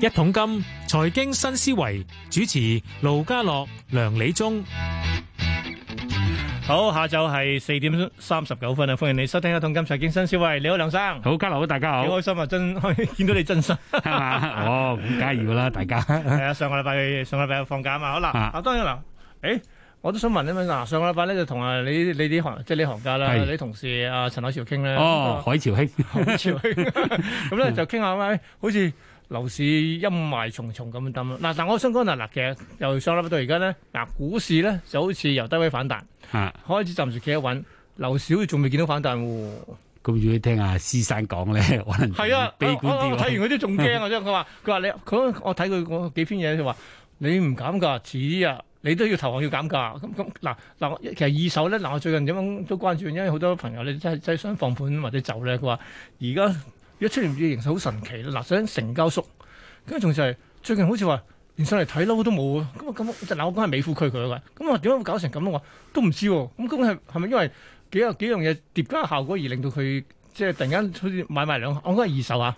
一桶金財經新思維主持盧家樂、梁理中。好，下晝係四點三十九分啊！歡迎你收聽《一桶金財經新思維》，你好，梁生。好，家樂好，大家幾好，開心啊！真 可以見到你真身，係嘛？哦，咁梗係要啦，大家係啊！上個禮拜上個禮拜放假啊嘛，好啦，啊啊當然啦，誒我都想問你問嗱，上個禮拜咧就同啊你你啲行即係你行家啦，係你同事啊陳海潮傾咧，哦，海潮兄，海潮 咁咧就傾下喂，好似樓市陰霾重重咁樣抌嗱，但我想講嗱嗱，其實由上個禮拜到而家咧，嗱股市咧就好似由低位反彈，啊，開始暫時企得穩，樓市好似仲未見到反彈喎。咁如果聽阿師生講咧，可能係啊，悲觀我我啲我睇喎。完嗰啲仲驚啊！真係 佢話佢話你佢我睇佢嗰幾篇嘢，佢話你唔減價，遲啲啊，你都要投降要減價。咁咁嗱嗱，其實二手咧嗱，我最近點樣都關注，因為好多朋友咧真係真係想放盤或者走咧，佢話而家一出現嘅形勢好神奇啦。嗱，想成交縮，跟住仲就係最近好似話。連上嚟睇樓都冇啊！咁啊咁嗱，我講係美孚區佢話，咁我點解會搞成咁啊？我話都唔知喎。咁咁係係咪因為幾有幾樣嘢疊加效果而令到佢即係突然間好似買埋兩，我講係二手啊。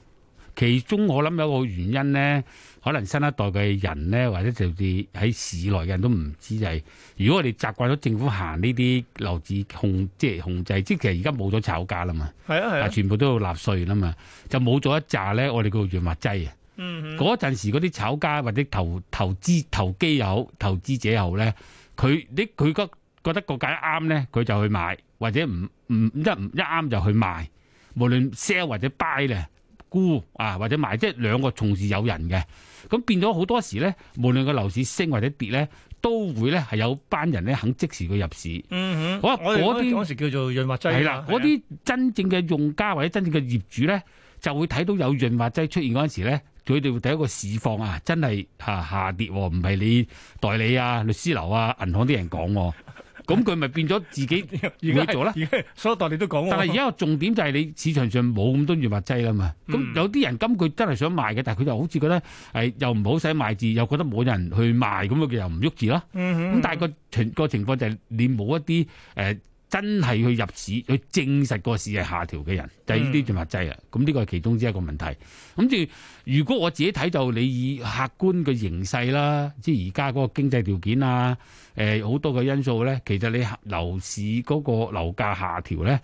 其中我諗有個原因咧，可能新一代嘅人咧，或者就係喺市內嘅人都唔知就係、如果我哋習慣咗政府行呢啲樓市控，即係控制，即係其實而家冇咗炒價啦嘛，係啊係啊，啊，全部都要納税啦嘛，就冇咗一紮咧，我哋叫潤滑劑啊。嗯嗰陣時嗰啲炒家或者投投資投機又好，投資者又好咧，佢你佢覺覺得個價一啱咧，佢就去買，或者唔唔一唔一啱就去賣，無論 sell 或者 buy 咧，沽啊或者賣，即係兩個同時有人嘅。咁變咗好多時咧，無論個樓市升或者跌咧，都會咧係有班人咧肯即時去入市。嗯好我啊我哋嗰嗰啲嗰時叫做潤滑劑啊，係啦，嗰啲真正嘅用家或者真正嘅業主咧，就會睇到有潤滑劑出現嗰陣時咧，佢哋會第一個市況啊，真係啊下跌喎，唔係你代理啊、律師樓啊、銀行啲人 講喎，咁佢咪變咗自己而家會做啦。而家所有代理都講喎，但係而家個重點就係你市場上冇咁多潤滑劑啦嘛，嗯咁有啲人咁佢真係想賣嘅，但係佢就好似覺得誒又唔好使賣字，又覺得冇人去賣咁啊，佢又唔喐字啦。嗯咁但係個情個情況就係你冇一啲誒、呃真係去入市去證實個市係下調嘅人，就係呢啲嗯做物劑啊。咁呢個係其中之一個問題。咁住如果我自己睇就你以客觀嘅形勢啦，即係而家嗰個經濟條件啊，誒、好多嘅因素咧，其實你樓市嗰個樓價下調咧，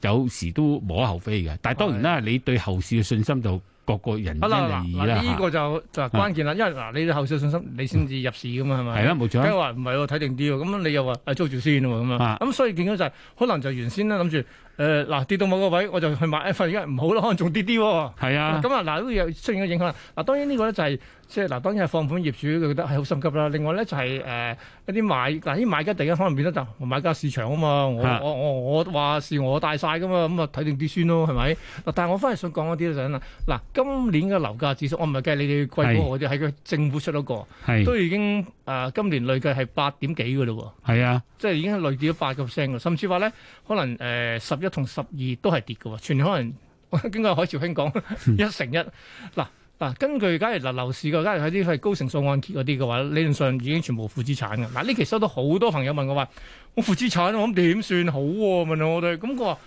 有時都無可厚非嘅。但係當然啦，你對後市嘅信心就各個人因好人啦而嗱異嗱啦呢嚇。個就就關鍵啦，因為嗱你後市有信心，你先至入市噶嘛係咪？啊係啦，冇梗係錯。話唔係喎，睇定啲喎。咁你又話誒租住先喎咁啊啊。咁所以見到就係可能就原先咧諗住誒嗱跌到某個位我就去買， 哎發現而家唔好啦，可能仲跌啲喎。係啊。咁啊，嗱，都有出現咗影響啦。嗱，當然呢個咧就係即係嗱，當然係放盤業主佢覺得係好心急啦。另外咧就係、誒、一啲買嗱，啲買家突然間可能變得就我買家市場啊嘛，我啊我我我話是我帶晒噶嘛，咁啊睇定啲先咯，係咪？嗱，但係我翻嚟想講嗰啲咧就係啦，嗱，今年嘅樓價指數，我唔係計你哋貴股嗰啲，係佢政府出咗個，係都已經誒、今年累計係八點幾嘅嘞喎。係啊。即係已經累跌咗八個 percent 㗎甚至話咧，可能誒十一同十二都係跌嘅喎，全年可能 我經過海潮興講嗯一成一。嗱嗱，根據假如嗱樓市嘅，假如係啲係高成數按揭嗰啲嘅話，理論上已經全部負資產嘅。嗱呢期收到好多朋友問我話：我負資產啊，我咁點算好喎、問我哋，咁我話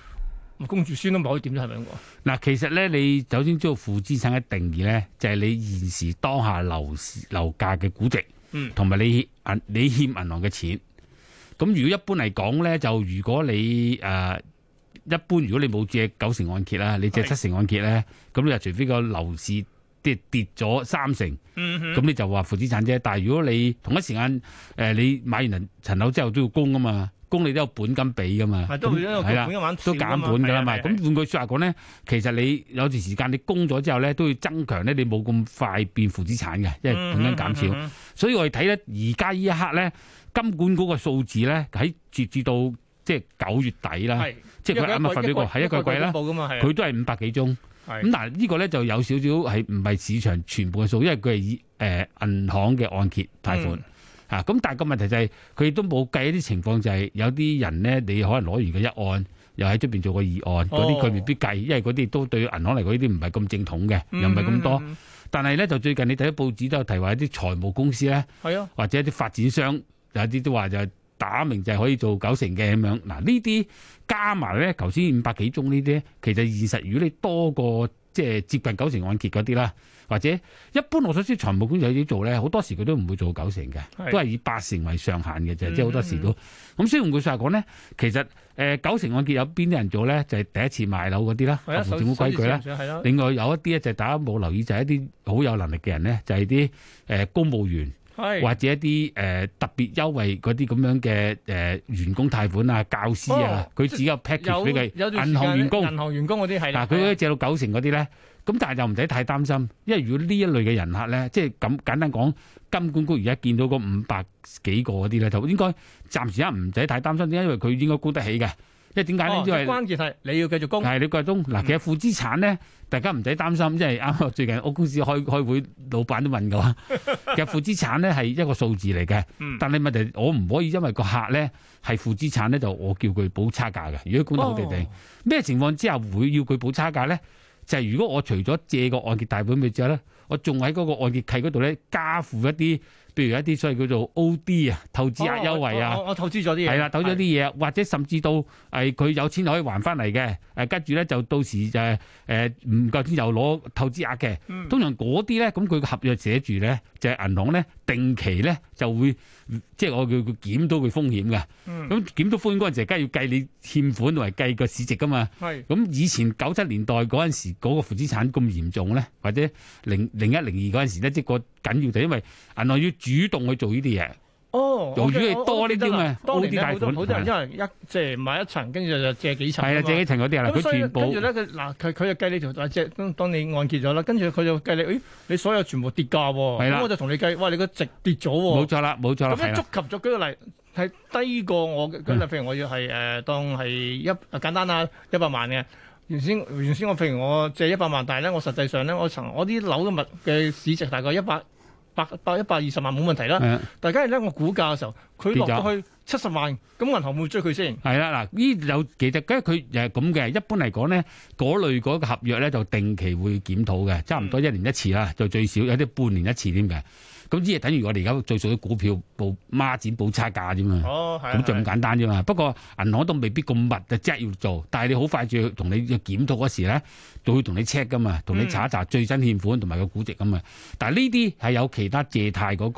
咪供住先都咪可以點啫，係咪咁講？嗱，其實咧，你首先知道負資產嘅定義咧，就係、你現時當下樓市樓價嘅估值，嗯同埋你銀你欠銀行嘅錢。咁如果一般嚟講咧，就如果你誒、呃一般如果你冇借九成按揭啦，你借係七成按揭咧，咁你就除非個樓市跌跌咗三成，咁、嗯哼你就話負資產啫。但係如果你同一時間誒、呃你買完層層樓之後都要供啊嘛，供你都有本金俾噶啊嘛，咪都會因為係啦本一晚都減本㗎啦啊嘛。咁換句説話講咧，其實你有段時間你供咗之後咧，都要增強咧，你冇咁快變負資產嘅，因為嗯本身減少。少。所以我哋睇咧，而家呢一刻咧，金管嗰個數字咧，喺截至到即係九月底啦，係，即係佢啱啱發表過，係一個季啦，報㗎嘛，係啊佢都係五百幾宗。係咁但係呢個咧就有少少係唔係市場全部嘅數，因為佢係以誒銀行嘅按揭貸款嗯嚇。咁、但係個問題就係佢都冇計一啲情況，就係有啲人咧，你可能攞完個一按，又喺出邊做個二按，嗰啲哦佢未必計，因為嗰啲都對銀行嚟講，呢啲唔係咁正統嘅，又唔係咁多。嗯但係咧就最近你睇到報紙都有提話一啲財務公司咧，係啊，或者一啲發展商有啲都話就係打明就係可以做九成嘅咁樣。嗱呢啲加埋咧，頭先五百幾宗呢啲，其實現實如果你多過即係接近九成按揭嗰啲啦，或者一般我所知財務管理啲做咧，好多時佢都唔會做九成嘅，係都係以八成為上限嘅啫，即係好多時嗯都。咁所以換句説話講咧，其實誒、呃九成按揭有邊啲人做咧？就係、第一次買樓嗰啲啦，係啊，合乎手政府規矩啦。，係啦，另外有一啲咧就係大家冇留意，就係、一啲好有能力嘅人咧，就係啲誒公務員。係或者一啲誒、呃特別優惠嗰啲咁樣嘅誒、呃、員工貸款啊、教師啊哦，佢、只有 package 俾有佢段銀行員工，銀行員工嗰啲係啦，嗱佢嗰啲借到九成嗰啲咧，咁但係又唔使太擔心，因為如果呢一類嘅人客咧，即係咁簡單講，金管局而家見到嗰五百幾個嗰啲咧，就應該暫時一啊唔使太擔心，因為佢應該估得起嘅，因為點解咧？哦即因係為關鍵嗯係你要繼續供，係李桂東嗱，其實負資產咧，大家唔使擔心，因為啱啱最近我公司開開會，老闆都 問我，其實負資產咧係一個數字嚟嘅，嗯但係問題我唔可以因為個客咧係負資產咧，就我叫佢補差價嘅。如果管得好地地哦，咩、情況之下會要佢補差價咧？就係、如果我除咗借個按揭大本俾佢之後咧，我仲喺嗰個按揭契嗰度咧加附一啲，譬如一啲所謂叫做 O.D. 啊，透支額優惠啊。哦我我我投資咗啲嘢，係啦，抖咗啲係嘢，或者甚至到誒佢有錢可以還翻嚟嘅，誒跟住咧就到時就誒唔夠錢又攞透支額嘅。嗯通常嗰啲咧，咁佢個合約寫住咧，就係、銀行咧定期咧就會即係我叫佢檢到佢風險嘅。嗯咁檢到風險嗰陣時，梗係要計你欠款同埋計個市值噶嘛。係咁以前九七年代嗰陣時，嗰、個負資產咁嚴重咧，或者零零一零二嗰陣時咧，即係個緊要就因為銀行要主動去做呢啲嘢。哦，由於你 OK，我多呢啲咁嘅我記得啦當年咧好多 OD 貸款好多人因為一即係買一層，跟住就借幾層㗎係嘛，啊，借幾層嗰啲啊，嗱咁佢所以全部跟住咧，佢嗱佢佢就計你條大隻，當當你按揭咗啦，跟住佢就計你，誒你所有全部跌價喎，係啦咁我就同你計，哇你個值跌咗喎，冇錯啦，冇錯咁啦，啊係嗯樣啦觸，及咗舉個例係低過我嘅，舉例譬如我要係誒當係一啊簡單啦一百萬嘅。原先原先我譬如我借一百萬，但係咧我實際上咧我層我啲樓嘅物嘅市值大概一百百百一百二十萬冇問題啦。係啊但係假如咧我估價嘅時候，佢落跌咗到去七十萬，咁銀行會唔會追佢先？係啦，嗱，呢有其實佢佢誒咁嘅，一般嚟講咧，嗰類嗰個合約咧就定期會檢討嘅，差唔多一年一次啦，就最少有啲半年一次添嘅。咁呢嘢等於我哋而家最熟啲股票報孖展報差價啫嘛，哦，係啊咁就係啊咁簡單啫嘛。不過銀行都未必咁密就即係要做，但係你好快就要同你要檢討嗰時咧，就會同你 check 噶嘛，嗯同你查一查最新欠款同埋個估值噶嘛。但係呢啲係有其他借貸嗰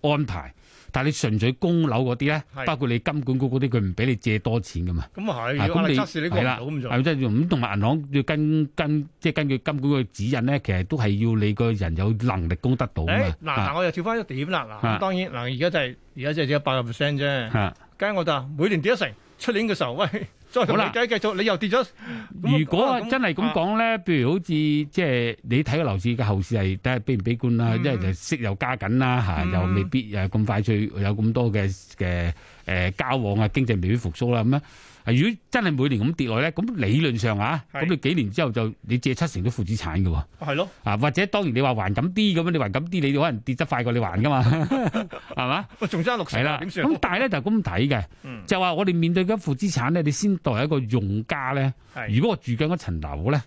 個安排，但係你純粹供樓嗰啲咧係，包括你金管局嗰啲，佢唔俾你借多錢噶嘛。咁啊係，啊如果壓力測試你過唔係啦到咁就係即係咁，同埋銀行要跟跟即係根據金管局嘅指引咧，其實都係要你個人有能力供得到㗎誒啊嘛。嗱嗱，我又跳翻一點啦嗱，啊咁當然嗱，而家就係而家就係只有八個 percent 啫，啊梗係我就話每年跌一成，出年嘅時候喂， 再同你好啦計繼續，你又跌咗，咁如果啊真係咁講咧，譬如好似即係你睇個樓市嘅後市係睇下悲唔悲觀啦，嗯因為就息又加緊啦嚇，嗯又未必誒咁快脆有咁多嘅嘅誒交往啊，經濟未必復甦啦咁樣。啊如果真係每年咁跌落咧，咁理論上啊，係咁你幾年之後就你借七成都負資產嘅喎。係咯，啊，或者當然你話還咁啲咁樣，你還咁啲，你可能跌得快過你還 噶嘛，係嘛？喂仲爭六係成啊啦，點算咁？但係咧就咁睇嘅，嗯就話我哋面對緊負資產咧，你先作為一個用家咧。係如果我住緊嗰層樓咧，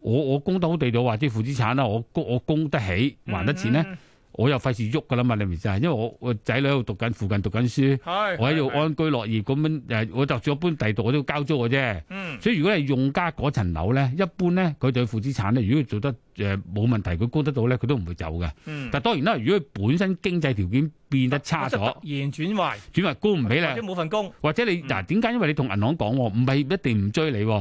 我我供得好地道，或者負資產啦，我供我供得起，還得錢咧，嗯我又費事喐噶啦嘛，你明唔明先？因為我我仔女喺度讀緊，附近讀緊書，係我喺係度係安居樂業咁樣誒，我就算我搬第二度，我都要交租嘅啫。嗯所以如果係用家嗰層樓咧，一般咧佢對負資產咧，如果佢做得誒冇、問題，佢高得到咧，佢都唔會走嘅。嗯，但當然啦，如果佢本身經濟條件變得差即係咗突，然轉壞轉為高唔起或咧者，冇份工，或者你嗱點解？因為你同銀行講喎，唔係一定唔追你喎。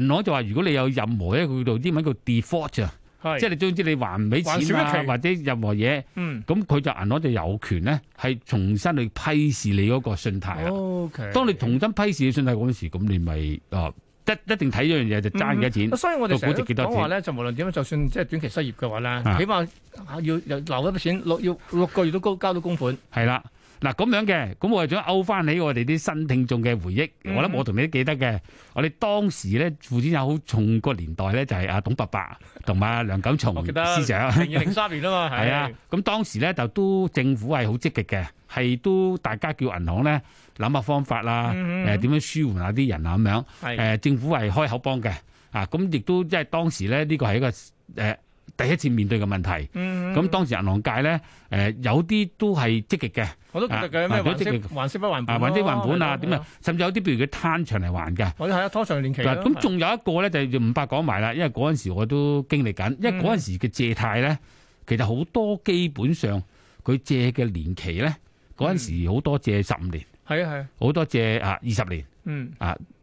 銀行就話如果你有任何一個叫做英文叫 default 啊，係即係你總之你還唔起還錢少一啊，期或者任何嘢，嗯咁佢就銀行就有權咧係重新去批示你嗰個信貸啦。啊哦，OK，當你重新批示你信貸嗰陣時，咁你咪啊一一定睇一樣嘢就爭幾多錢。所以我哋成個估值日幾都多講錢話咧，就無論點樣，就算即係短期失業嘅話咧，啊起碼要有留一筆錢，六要六個月 都高交到供款。係啦，嗱咁樣嘅，咁我就想勾翻起我哋啲新聽眾嘅回憶。嗯我諗我同你都記得嘅，我哋當時咧負資產好重個年代咧，就係阿董伯伯同埋阿梁錦 松我記得司長。二零三年啊嘛， 係啊，咁當時咧就都政府係好積極嘅，係都大家叫銀行咧諗下方法啦，嗯嗯誒點樣舒緩下啲人啊咁樣。係誒政府係開口幫嘅，啊咁亦都即係當時咧呢個係一個誒第一次面對嘅問題。嗯，咁當時銀行界咧，誒、有啲都係積極嘅，我都覺得佢啊咩嗰還啲息叫還息不還本啊哦咯還啲還本啊，點？係啊咯，甚至有啲譬如佢攤長嚟還嘅。或者係啊，拖長年期啦嗱，咁仲有一個咧，就唔怕講埋啦，因為嗰陣時我都經歷嗯緊，因為嗰陣時嘅借貸咧，其實好多基本上佢借嘅年期咧，嗰陣嗯時好多借十五年，係啊係啊，好多借啊二十年，嗯，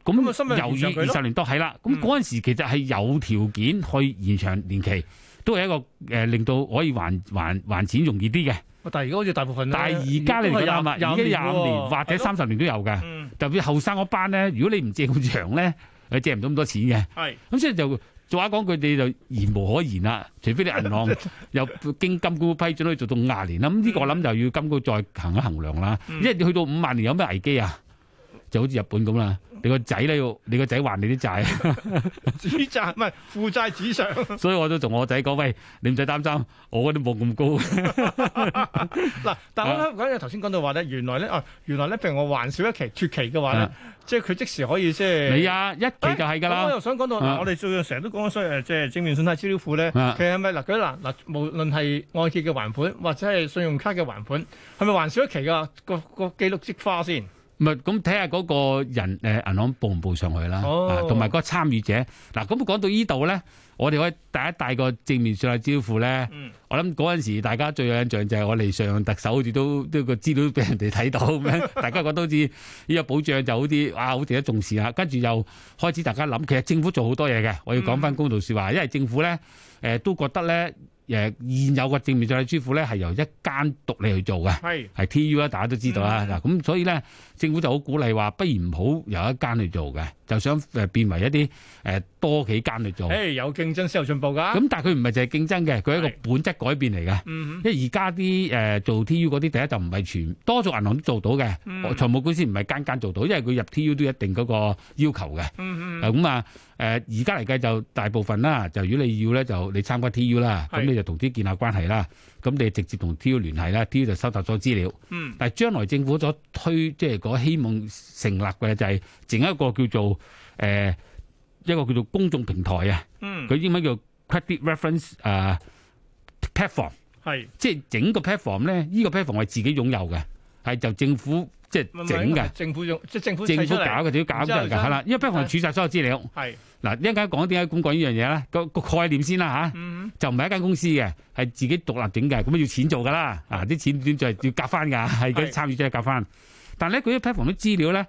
咁咪深入咁由延長於佢二咯十年多係啦，咁嗯嗰陣時其實係有條件去延長年期，都係一個誒、呃令到可以還還還錢容易啲嘅。但係而家好似大部分咧但係而家你都覺係得啊嘛，而家廿五年喎或者，三十年都有嘅，嗯，特別後生嗰班咧，如果你唔借咁長咧， 你借唔到咁多錢嘅。係咁所以就俗話講，佢哋就言無可言啦。除非你銀 行又經金管局批准可以做到五廿年啦。咁呢個我諗就要金管局再行一衡量啦。嗯因為你去到五萬年有咩危機啊？就好似日本咁啦，你個仔咧要你個仔還你啲債。 紙債唔係負債紙上，所以我都同我仔講：喂，你唔使擔心，我嗰啲冇咁高。嗱，但我啊諗講嘢頭先講到話咧，原來咧啊，原來咧，譬如我還少一期脱期嘅話咧啊，即係佢即時可以即係你啊，一期就 係㗎咁我啦。又想講到嗱，啊我哋最成日都講所謂誒，即係正面信貸資料庫咧，啊佢係咪嗱佢嗱嗱，無論係按揭嘅還款或者係信用卡嘅還款，係咪還少一期㗎？個個記錄即花先。唔係咁睇下嗰個人誒銀行報唔報上去啦，哦啊同埋嗰個參與者。嗱，咁講到呢度咧，我哋可以帶一帶個正面信貸招呼咧。嗯我諗嗰陣時大家最有印象就係我哋上任特首好似都都個資料俾人哋睇到咁樣， 大家覺得好似呢個保障就好啲，哇，好值得重視啊！跟住又開始大家諗，其實政府做好多嘢嘅，我要講翻公道説話，因為政府咧誒、呃都覺得咧誒、呃、現有嘅正面信貸支付咧係由一間獨立去做嘅。係係 TU 啦，大家都知道啦。嗯嗱、咁所以咧，政府就好鼓勵話，不如唔好由一間去做嘅，就想誒變為一啲誒多幾間去做。咁、誒有競爭先有進步㗎。但係佢唔係淨係競爭嘅，佢係一個係本質改變嚟嘅。啊嗯因為而家啲誒做 TU 嗰啲，第一就唔係全多數銀行都做到嘅，嗯財務公司唔係間間做到，因為佢入 TU 都一定嗰個要求嘅。哼嗯啊咁啊，誒而家嚟計就大部分啦，就如果你要咧，就你參加 TU 啦，咁係你就同啲建立關係啦，咁你直接同 TU 聯繫啦，TU 就收集咗資料。嗯但係將來政府所推即係嗰希望成立嘅就係整一個叫做誒、呃一個叫做公眾平台啊，嗯佢英文叫 Credit Reference 誒、呃 Platform，係即係整個 platform 咧，呢、個 platform 係自己擁有嘅，係就政府即係整嘅，政府用即係政府砌政府出搞嚟嘅就要搞出嚟然㗎，之後係啦，因為 platform 係儲晒所有資料。係嗱，一陣間講點解咁講呢樣嘢咧，個個概念先啦嚇。嗯就唔係一間公司嘅，係自己獨立整嘅，咁要錢做㗎啦。啊，啲錢點就係要夾 翻㗎，係嗰啲係參與者夾翻。但係咧，佢啲 platform 啲資料咧，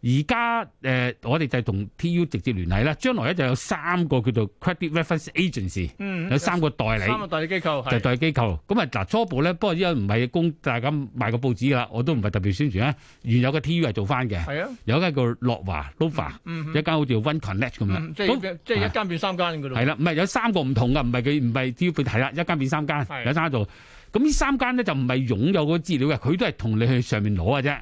而家誒我哋就係同 TU 直接聯繫啦。將來咧就有三個叫做 Credit Reference Agency，嗯有三個代理三個代理機構就係代理機構。咁啊嗱，初步咧，不過依家唔係供大家賣個報紙㗎啦，我都唔係特別宣傳啦。啊原有嘅 TU 係做翻嘅，係啊，有一間叫樂華 Nova，嗯哼一間好似 One Connect 咁嗯樣。即咁係即係一間變三間㗎咯。係啦，唔係有三個唔同噶，唔係佢唔係只要佢係啦，一間變三間，係有三度。咁呢三間咧就唔係擁有嗰資料嘅，佢都係同你去上面攞嘅啫。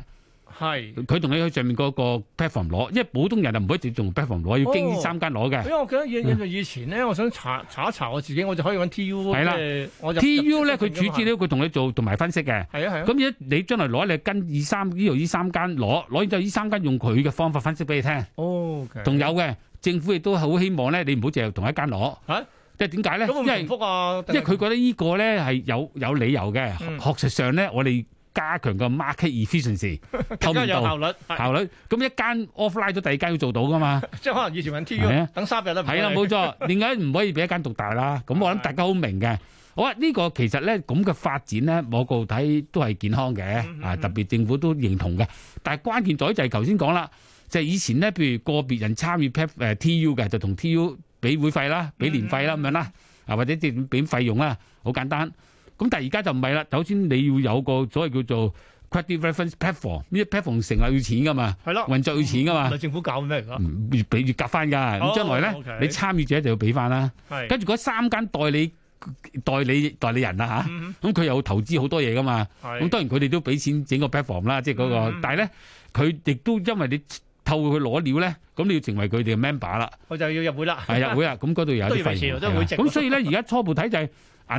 係。佢同你去上面嗰個 platform 攞，因為普通人就唔可以直接用 platform 攞，要經呢哦三間攞嘅因。為我記得嗯印印象以前咧，我想查查一查我自己，我就可以揾 TU 係啦即係我入 TU 咧入職佢主資入職料，佢同你做同埋分析嘅。㗎嘛係啊係啊，咁一你將來攞，你跟二三呢度呢三間攞，攞完之後呢三間用佢嘅方法分析俾你聽。哦，仲有嘅政府亦都好希望咧，你唔好淨係同一間攞嚇。即係點解咧？咁會唔因會為重複啊？因為佢覺得呢個咧係有有理由嘅，嗯學術上咧我哋加強個 market efficiency 透更加明有效度啊率，係效率，咁一間 offline 咗第二間要做到噶嘛，即係可能以前揾係 TU 啊等三 日啦，係啦唔該冇錯，點解唔可以俾一間獨大啦？咁我諗係大家好明嘅。好啊，呢個其實咧咁嘅發展咧，我個睇都係健康嘅嗯嗯，啊特別政府都認同嘅。但係關鍵在於就係頭先講啦，就係以前咧，譬如個別人參與 PEP 誒 TU 嘅，就同 TU 俾會費啦、俾年嗯費啦咁樣啦，啊或者即係俾費用啦，好簡單。咁但係而家就唔係啦，首先你要有個所謂叫做 credit reference platform，呢啲 platform 成立要錢噶嘛，係咯，運作要錢噶唔嘛係，政府搞咩嚟㗎？啊嗯越俾越夾翻㗎。啊哦咁將來咧， OK 你參與者就要俾翻啦。係跟住嗰三間代理代理代理人啦嗯吓，咁佢又投資好多嘢噶嘛。咁係當然佢哋都俾錢整個 platform 啦，即係嗰個嗯。但係咧，佢亦都因為你透過佢攞料咧，咁你要成為佢哋嘅 member 啦，我就要入會啦，係啊 會啊，咁嗰度有都啲要維持費用都會值係啊咁所以咧，而家初步睇就係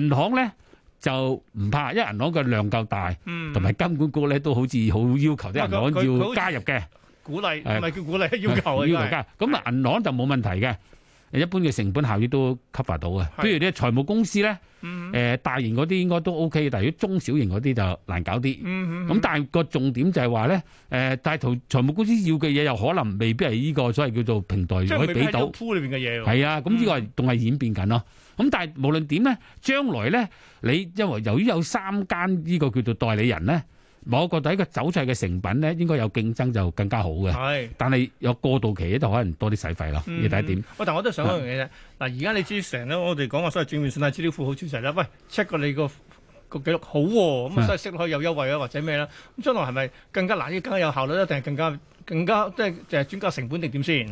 銀行咧就唔怕，因為銀行嘅量夠大，嗯同埋金管局咧都好似好要求啲哇佢佢佢銀行好要似加入嘅。鼓勵，係 唔係叫鼓勵，要求啊，要求㗎咁啊，銀行就冇問題嘅。一般嘅成本效益都 cover 到啊。係譬如你財務公司咧，誒、嗯大型嗰啲應該都 OK，但係如果中小型嗰啲就難搞啲。嗯咁但係個重點就係話咧，誒，但係同財務公司要嘅嘢又可能未必係呢個所謂叫做平台即係可以未必俾喺到，鋪裏邊嘅嘢喎。嗯係啊，咁呢個係仲係演變緊咯。咁但係無論點咧，將來咧，你因為由於有三間呢個叫做代理人咧，我覺得喺個走勢嘅成品咧，應該有競爭就更加好嘅。係。但係有過渡期咧，就可能多啲使費咯。嗯呢第一點。喂，但我都想一樣嘢啫。嗱，而家你知成日我哋講話所謂轉換信貸資料庫好處就係咧，喂，check 過你個個記錄好喎，咁啊，係所以息率可以有優惠啊，或者咩啦。咁將來係咪更加難啲、更加有效率咧，定係更加更加即係就係轉嫁成本定點先？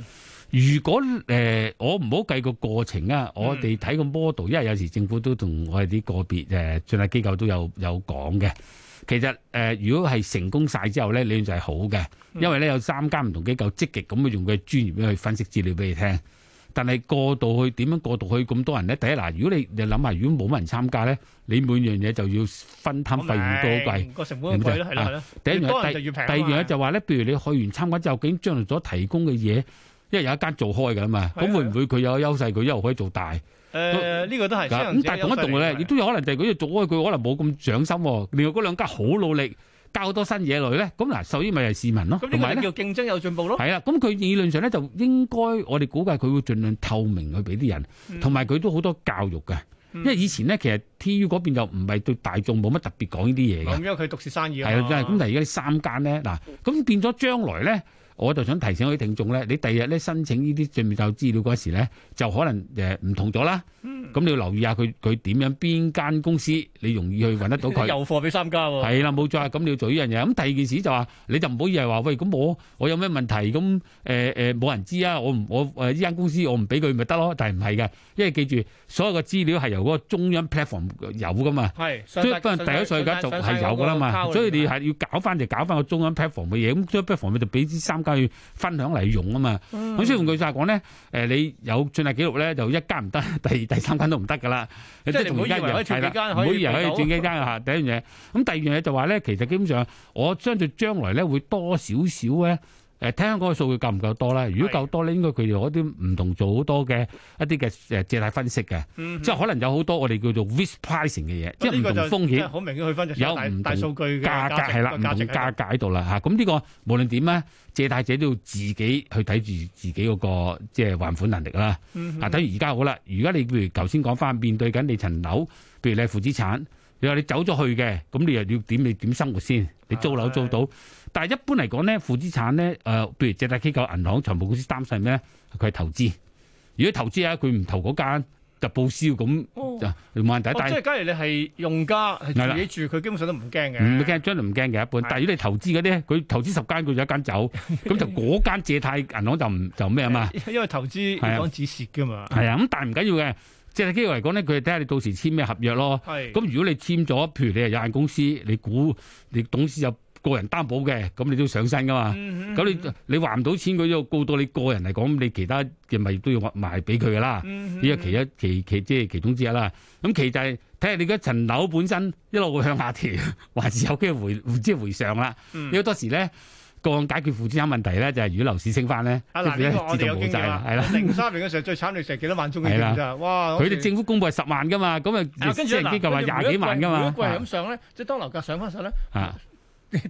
如果誒、呃我唔好計個過程啊，嗯我哋睇個 model，因為有時政府都同我哋啲個別誒信貸機構都有有講嘅。其實誒、呃如果係成功晒之後咧，理論就係好嘅，嗯因為咧有三間唔同機構積極咁用佢嘅專業去分析資料俾你聽。但係過渡去點樣過渡去咁多人咧？第一嗱，如果你你諗下，如果冇乜人參加咧，你每樣嘢就要分攤費用都好貴。貴，個成本好貴啦，係啦係啦。第一越多樣人第就越平啊第嘛。二樣就話咧，譬如你去完參加之後，究竟將來所提供嘅嘢，因為有一間做開㗎嘛，係啊咁會唔會佢有優勢，佢一路可以做大？誒呢個都係先行咁者但係同優一勢道嚟咧，嘅亦都有可能就係佢做開，佢可能冇咁上心喎。另外嗰兩家好努力，加好多新嘢落去咧，咁嗱，受益咪係市民咯，咁同呢埋個就咧。叫競爭有進步咯。係啦，咁佢理論上咧就應該，我哋估計佢會盡量透明去俾啲嗯人，同埋佢都好多教育嘅。因為以前咧，其實 T.U 嗰邊就唔係對大眾冇乜特別講呢啲嘢嘅咁。因為佢獨市生意啊係啦，嘛。真係咁。但係而家呢三間咧，嗱，咁變咗將來咧，我就想提醒嗰啲聽眾咧，你第日咧申請呢啲進面就資料嗰時咧，就可能誒唔同咗啦。嗯咁你要留意下佢佢點樣邊間公司你容易去揾得到佢。 有啊貨俾三家喎。係啦，冇錯啊！咁你要做呢樣嘢。咁第二件事就話，你就唔好以為話，喂，咁我我有咩問題？咁誒誒冇人知啊！我唔我誒呢間公司我唔俾佢咪得咯？但係唔係嘅，因為記住所有嘅資料係由嗰個中央 platform 有噶嘛。係。所以不過第一税緊就係有噶啦嘛，所以啊你係要搞翻就搞翻個中央 platform 嘅嘢，咁中央 platform 咪就俾啲三家去分享嚟用啊嘛。嗯咁、所以換句話講咧，誒你有進入記錄咧，就一間唔得， 第第三間都唔得噶啦。即係你唔好以為可以係轉啦幾間唔可以好以為可以做到轉幾間嚇。第一樣嘢，咁第二樣嘢就話咧，其實基本上我相信將來咧會多少少咧。誒睇香港嘅數據夠唔夠多啦？如果夠多咧，應該佢哋嗰啲唔同做好多嘅一啲嘅誒借貸分析嘅，嗯即係可能有好多我哋叫做 risk pricing 嘅嘢，即係唔同風險。好明顯去分就有大唔同大數據嘅價格係啦，唔同價格喺度啦嚇。咁呢個無論點咧，借貸者都要自己去睇住自己嗰、個即係還款能力啦。嗯哦啊，等於而家好啦，而家你譬如頭先講翻，面對緊你層樓，譬如你係負資產，你話你走咗去嘅，咁你又要點？你點生活先？你租樓租到，但係一般嚟講咧，負資產咧，誒、譬如借貸機構、銀行、財務公司擔心咩？佢係投資。如果投資啊，佢唔投嗰間就報銷咁哦就冇問題。哦但係即係假如你係用家係自己住，佢基本上都唔驚嘅。唔驚，將來唔驚嘅一般。但係如果你投資嗰啲，佢投資十間，佢有一 間走，咁就嗰間借貸銀行就唔就咩啊嘛。因因為投資係啊講止蝕㗎嘛。係啊，咁但係唔緊要嘅。借貸機構嚟講咧，佢睇下你到時簽咩合約咯。係。咁如果你簽咗，譬如你係有限公司，你估你董事有個人擔保嘅，咁你都要上身噶嘛。嗯咁你你還唔到錢，佢要告到你個人嚟講，咁你其他嘅咪都要賣俾佢噶啦。嗯呢個其一其其即係其中之一啦。咁其就係睇下你嗰層樓本身一路會向下調， 還是有機會回即係回上啦。嗯因為好多時咧個案解決負資產問題咧，就係如果樓市升翻咧，啊即嗱，係呢個我自哋有動經冇驗啊晒啦啦，係。啦。零三年嘅時候最慘，你成幾多萬宗嘅係啦經咋？哇！佢哋政府公佈係十萬噶嘛，咁啊跟啊私住人機構話廿幾萬噶如嘛果係咁上咧，即係當樓價上翻時候咧，啊。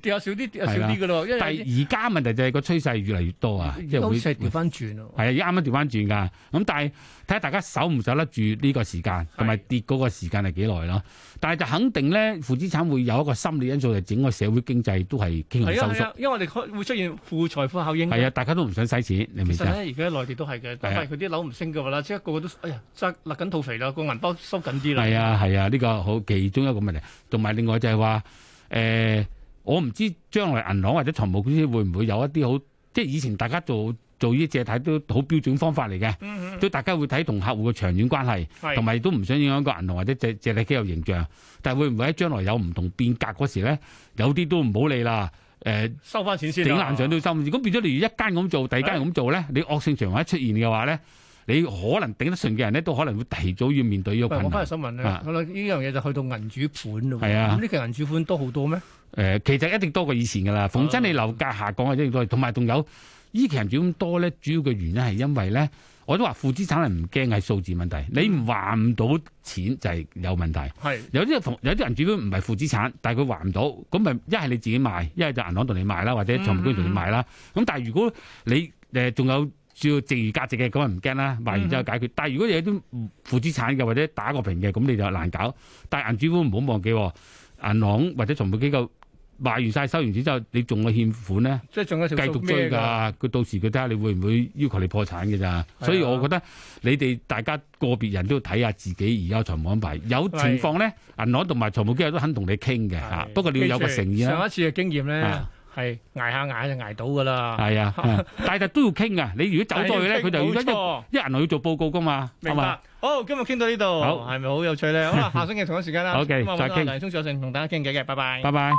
跌下少啲，跌下係少啦啲嘅咯。因為但有啲係而家問題就係個趨勢越嚟越多啊，即係好會似係係調翻轉咯。啊，而家啱啱調翻轉㗎。咁但係睇下大家守唔守得住呢個時間，同埋跌嗰個時間係幾耐咯。但係就肯定咧，負資產會有一個心理因素，就係整個社會經濟都係傾向係啊收係縮。啊，因為我哋可會出現負財富效應。係啊，大家都唔想使錢，你明唔其啊明實啫？咧，而家內地都係嘅，但係啊係佢啲樓唔升嘅話啦，即係個個都哎呀，扎勒緊肚肥啦，個銀包收緊啲啦。係啊係啊，呢個好其中一個問題。同埋另外就係話誒，我唔知將來銀行或者財務公司會唔會有一啲好，即係以前大家做做呢啲借貸都好標準方法嚟嘅，嗯，嗯都大家會睇同客戶嘅長遠關係。係同埋都唔想影響個銀行或者借借貸機構形象。但係會唔會喺將來有唔同變革嗰時咧，有啲都唔好理啦。誒、收翻錢先整啦。爛上都心，咁變咗你如果一間咁做，第二間咁做咧，你惡性循環一出現嘅話咧，你可能頂得順嘅人咧，都可能會提早要面對呢個喂，我翻困難嚟。想問咧，啊好啦，呢樣嘢就去到銀主盤咯喎。係啊咁呢期銀主盤多好多咩？誒、呃其實一定多過以前㗎啦。逢真你樓價下降係一定多，同埋仲有依期人轉咁多咧，主要嘅原因係因為咧，我都話負資產係唔驚，係數字問題。你還唔到錢就係有問題。係有啲同有啲人主本唔係負資產，但係佢還唔到，咁咪一係你自己賣，一係就銀行同你賣啦，或者財務公司同你賣啦。咁但係如果你誒仲有主要剩餘價值嘅，咁啊唔驚啦，賣完之後解決。但係如果你有啲負資產嘅或者打個平嘅，咁你就難搞。但係銀主本唔好忘記喎，銀行或者財務機構賣完晒收完錢之後，你仲有欠款咧。即係仲有條繼數續咩追㗎？啊㗎，佢到時佢睇下你會唔會要求你破產嘅咋，所以我覺得你哋大家個別人都要睇下自己而家財務安排，有情況咧，銀行同埋財務機構都肯同你傾嘅嚇，不過你要有個誠意啊上啦，一次嘅經驗咧啊，係捱下捱下就捱到㗎啦。係啊， 啊 但係都要傾㗎，你如果走咗去咧，佢就要冇一錯一銀行要做報告㗎嘛，係明嘛白？。好，今日傾到呢度，好 係咪好有趣咧？好啦，下星期同一時間啦。 OK，咁啊再揾阿傾梁聰上成同大家傾偈嘅，拜拜。拜拜。